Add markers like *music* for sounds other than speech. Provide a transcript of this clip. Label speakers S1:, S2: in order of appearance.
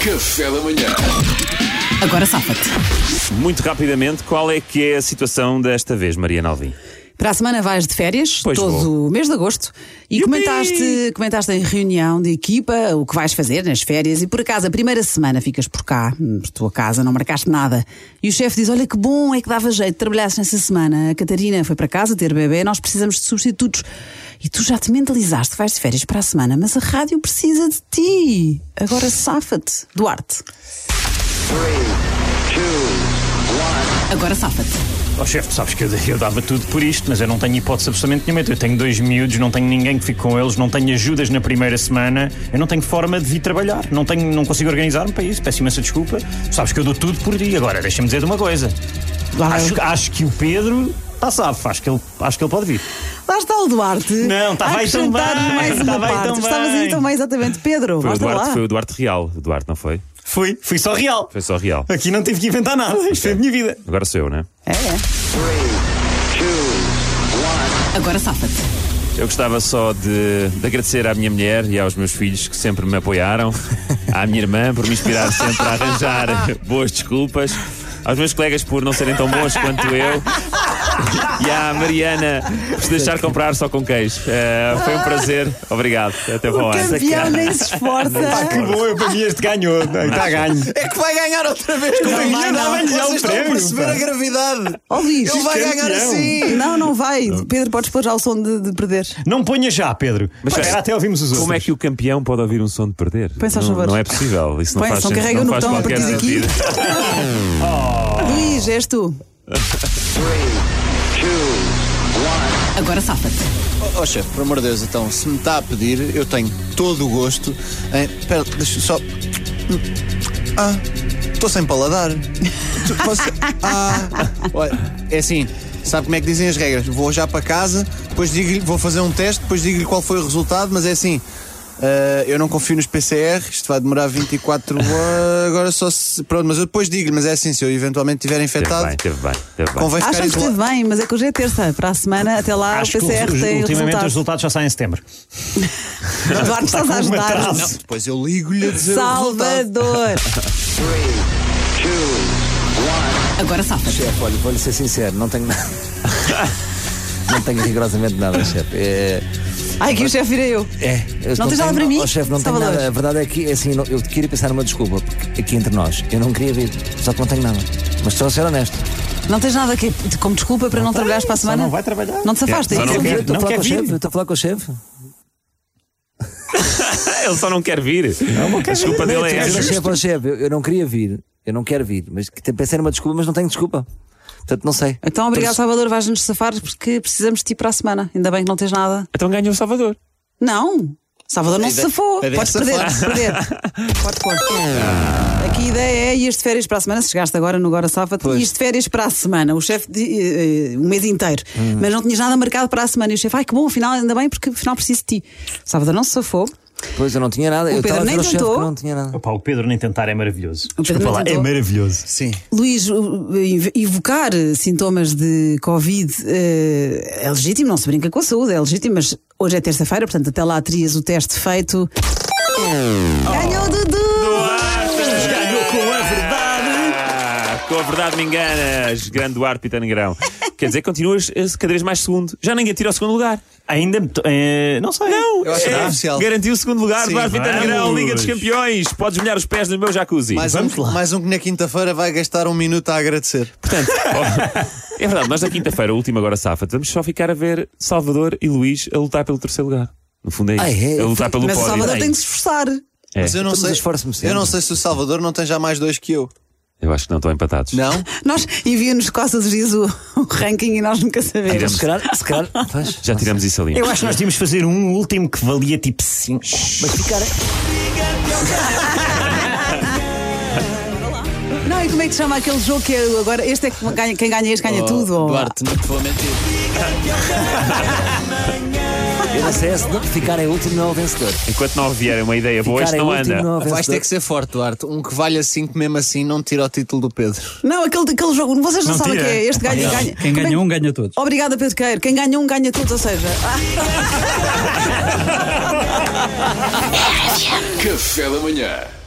S1: Café da manhã.
S2: Agora safa-te.
S3: Muito rapidamente, qual é que é a situação desta vez, Maria Alvim?
S2: Para a semana vais de férias,
S3: Pois
S2: todo
S3: vou.
S2: o mês de agosto, e
S3: Yupi!
S2: comentaste, comentaste em reunião de equipa o que vais fazer nas férias, e por acaso a primeira semana ficas por cá, por tua casa, não marcaste nada. E o chefe diz: Olha que bom, é que dava jeito de trabalhasse nessa semana. A Catarina foi para casa ter bebê, nós precisamos de substitutos. E tu já te mentalizaste que vais de férias para a semana, mas a rádio precisa de ti. Agora safa-te, Duarte. Agora safa-te.
S4: Ó Oh, chefe, tu sabes que eu, eu dava tudo por isto, mas eu não tenho hipótese absolutamente nenhuma. Eu tenho dois miúdos, não tenho ninguém que fique com eles, não tenho ajudas na primeira semana, eu não tenho forma de vir trabalhar, não, tenho, não consigo organizar-me para isso. Peço imensa desculpa. Tu sabes que eu dou tudo por dia. Agora, deixa-me dizer uma coisa.
S2: Lá, vai
S4: Acho,
S2: o-
S4: acho que o Pedro está safo, acho que ele, acho que ele pode vir.
S2: Lá está o Duarte.
S4: Não,
S2: a
S4: estava aí tão
S2: acrescentar
S4: bem,
S2: mais uma
S4: estava aí
S2: parte.
S4: tão
S2: Estavas aí
S4: bem.
S2: tão bem, exatamente. Pedro,
S3: Foi o,
S2: mostra
S3: Duarte,
S2: Ah, tá lá.
S3: foi o Duarte Real. O Duarte, não foi?
S4: Fui, fui só real.
S3: Foi só Real.
S4: Aqui não tive que inventar nada, isto foi a minha vida.
S3: Agora sou eu, né?
S2: É, é. Agora safa-te.
S3: Eu gostava só de, de agradecer à minha mulher e aos meus filhos que sempre me apoiaram, à minha irmã por me inspirar sempre a arranjar boas desculpas, aos meus colegas por não serem tão bons quanto eu. E à Mariana por se deixar comprar só com queijo. Eh, foi um prazer. Obrigado. Até para o
S2: O
S3: ano.
S2: campeão nem se esforça.
S3: Tá
S4: Que bom, eu para mim este *laughs* ganhou. Está ganho.
S5: É que vai ganhar outra vez com o
S4: Não vai,
S5: Benfica.
S4: não.
S5: Vocês
S4: Ele
S5: estão a
S4: prêmio,
S5: perceber
S4: pá.
S5: a gravidade.
S2: Ó Luís.
S5: Ele vai
S4: Campeão.
S5: ganhar assim.
S2: Não, não vai. Pedro, podes pôr já o som de, de perder.
S4: Não ponha já, Pedro. Mas
S3: espera.
S4: espera até ouvimos os outros.
S3: Como é que o campeão pode ouvir um som de perder?
S2: Põe só,
S3: não,
S2: por favor.
S3: não é possível. Isso não
S2: Põe,
S3: faz,
S2: só
S3: sen-
S2: carrega
S3: não
S2: no
S3: faz
S2: botão a
S3: qualquer
S2: partir daqui.
S3: sentido.
S2: *laughs* Luís, és tu. Agora safa-te.
S5: Ó oh, chefe, por amor de Deus, então, se me está a pedir, eu tenho todo o gosto em. Espera, deixa eu só. Ah, estou sem paladar. Tu-
S3: *laughs*
S5: você- Ah, olha, é assim. Sabe como é que dizem as regras? Vou já para casa, depois digo-lhe, vou fazer um teste, depois digo-lhe qual foi o resultado, mas é assim. ah, eu não confio nos PCR, isto vai
S3: *laughs*
S5: demorar 24 horas, agora só se. Pronto, mas eu depois digo-lhe, mas é assim, se eu eventualmente estiver
S3: Teve
S5: infectado,
S3: bem, teve bem, teve bem.
S5: convém ficar
S2: Acham que
S5: isolado.
S2: esteve bem, mas é que hoje é terça. Para a semana, até lá,
S4: Acho
S2: o PCR
S4: que os-
S2: tem
S4: ultimamente os
S2: resultados.
S4: resultados já saem em setembro.
S2: Duarte, estás a
S4: com um
S2: ajudar.
S4: atraso.
S5: Não, depois eu ligo-lhe a dizer o resultado.
S2: Salvador. Agora safa-te.
S6: Chefe, É, olha, vou-lhe ser sincero, não
S2: *laughs*
S6: tenho nada. não tenho rigorosamente nada, chefe. É,
S2: Ai, que o chefe virei eu.
S6: é, eu
S2: Não tens nada
S6: tenho-
S2: para mim?
S6: Oh, chefe, não tenho
S2: Salvador.
S6: nada. A verdade é que, assim, não- eu queria pensar numa desculpa, porque aqui entre nós, eu não queria vir, só que não tenho nada. Mas estou a ser honesto.
S2: Não tens nada que, como desculpa para não, trabalhares para a semana?
S4: não vai trabalhar.
S2: Não te safaste.
S3: É, só
S2: é
S3: não
S2: isso?
S3: quer.
S6: Eu estou a
S4: não
S6: falar
S4: quer
S6: com o
S4: vir.
S6: chefe, eu estou a falar com o chefe.
S3: Ele só não quer vir. a desculpa
S6: Eu
S3: dele é
S6: estou a dizer ao
S3: essa.
S6: chefe, ao chefe, eu, eu não queria vir, eu não quero vir, mas que- pensei numa desculpa, mas não tenho desculpa. Portanto, não sei.
S2: Então, obrigado, Salvador. Vais-nos safar porque precisamos de ti para a semana. Ainda bem que não tens nada.
S3: Então ganha o Salvador.
S2: Não. Salvador não se safou.
S5: ideia
S2: Podes
S5: é
S2: perder,
S5: safar.
S2: podes perder. Podes pôr. Aqui a ideia é ias de férias para a semana. Se chegaste agora no Agora Safa, ias de férias para a semana. O chefe, de- eh, eh, um mês inteiro. Mas não tinhas nada marcado para a semana. E o chefe, ai que bom, afinal, ainda bem porque afinal preciso de ti. Salvador não se safou.
S6: Pois eu não tinha nada, eu
S2: Pedro
S6: estava a
S2: nem
S6: dizer ao chefe que
S2: tentou.
S6: não tinha nada.
S4: Opa, o Pedro nem tentar é maravilhoso.
S2: Pedro
S4: Desculpa
S2: nem
S4: lá, é
S2: tentou.
S4: maravilhoso.
S5: Sim.
S2: Luís, o- ev- evocar eh, sintomas de Covid eh, é legítimo, não se brinca com a saúde, é legítimo, mas hoje é terça-feira, portanto até lá terias o teste feito. Ganhou o Dudu!
S4: Ganhou com a verdade.
S3: Ah, com a verdade me enganas, grande Duarte Pitanegrão. Quer dizer, continuas eh, cada vez mais segundo. Já ninguém tira o segundo lugar.
S4: Ainda me to- eh, Não sei.
S3: Não,
S5: Eu acho que
S3: é,
S5: não é oficial.
S3: Garantiu o segundo lugar,
S5: Sim,
S3: Duarte Pitanegrão,
S4: vamos.
S3: Liga dos Campeões. Podes molhar os pés no meu jacuzzi.
S5: Mais um, mais um que na quinta-feira vai gastar um minuto a agradecer.
S3: Portanto, ó, é verdade, nós na quinta-feira, o último agora safa, vamos só ficar a ver Salvador e Luís a lutar pelo terceiro lugar. No fundo é isso.
S6: Ah, é?
S3: A lutar pelo
S2: Mas o
S3: pódio.
S2: Salvador
S3: É
S2: tem de
S3: isso.
S2: se esforçar.
S3: É.
S5: Mas eu não
S6: Mas
S5: sei.
S6: esforço-me sempre.
S5: Eu não sei se o Salvador não tem já mais dois que eu.
S3: Eu acho que não estão empatados.
S5: Não?
S6: *laughs*
S2: Nós envia-nos costas os dias o, o ranking e nós nunca sabemos.
S3: Tiramos-
S6: Se calhar, se
S2: *laughs*
S6: calhar, faz.
S3: Já tiramos isso ali.
S4: Eu acho que nós tínhamos de fazer um último que valia tipo 5.
S6: Mas ficar.
S2: Não, e como é que se chama aquele jogo que é agora? Este é que ganha, quem ganha este ganha
S4: Oh,
S2: tudo? ou-
S5: Duarte, não te vou mentir.
S6: Eu não sei, se não- ficar em último não é o vencedor.
S3: Enquanto não vier uma ideia boa,
S6: Ficar
S3: isto
S6: em
S3: não
S6: último
S3: anda.
S6: não é o
S5: Vais ter
S6: vencedor.
S5: que ser forte, Duarte. Um que valha 5 mesmo assim não tira o título do Pedro.
S2: Não, aquele, aquele jogo, vocês não,
S4: Não
S2: sabem o que
S4: tira.
S2: é. Este ganha e ganha. é
S7: Quem ganha um, ganha todos.
S2: Obrigada, Pedro Queiro. Quem ganha um, ganha tudo, ou seja.
S1: Café da manhã.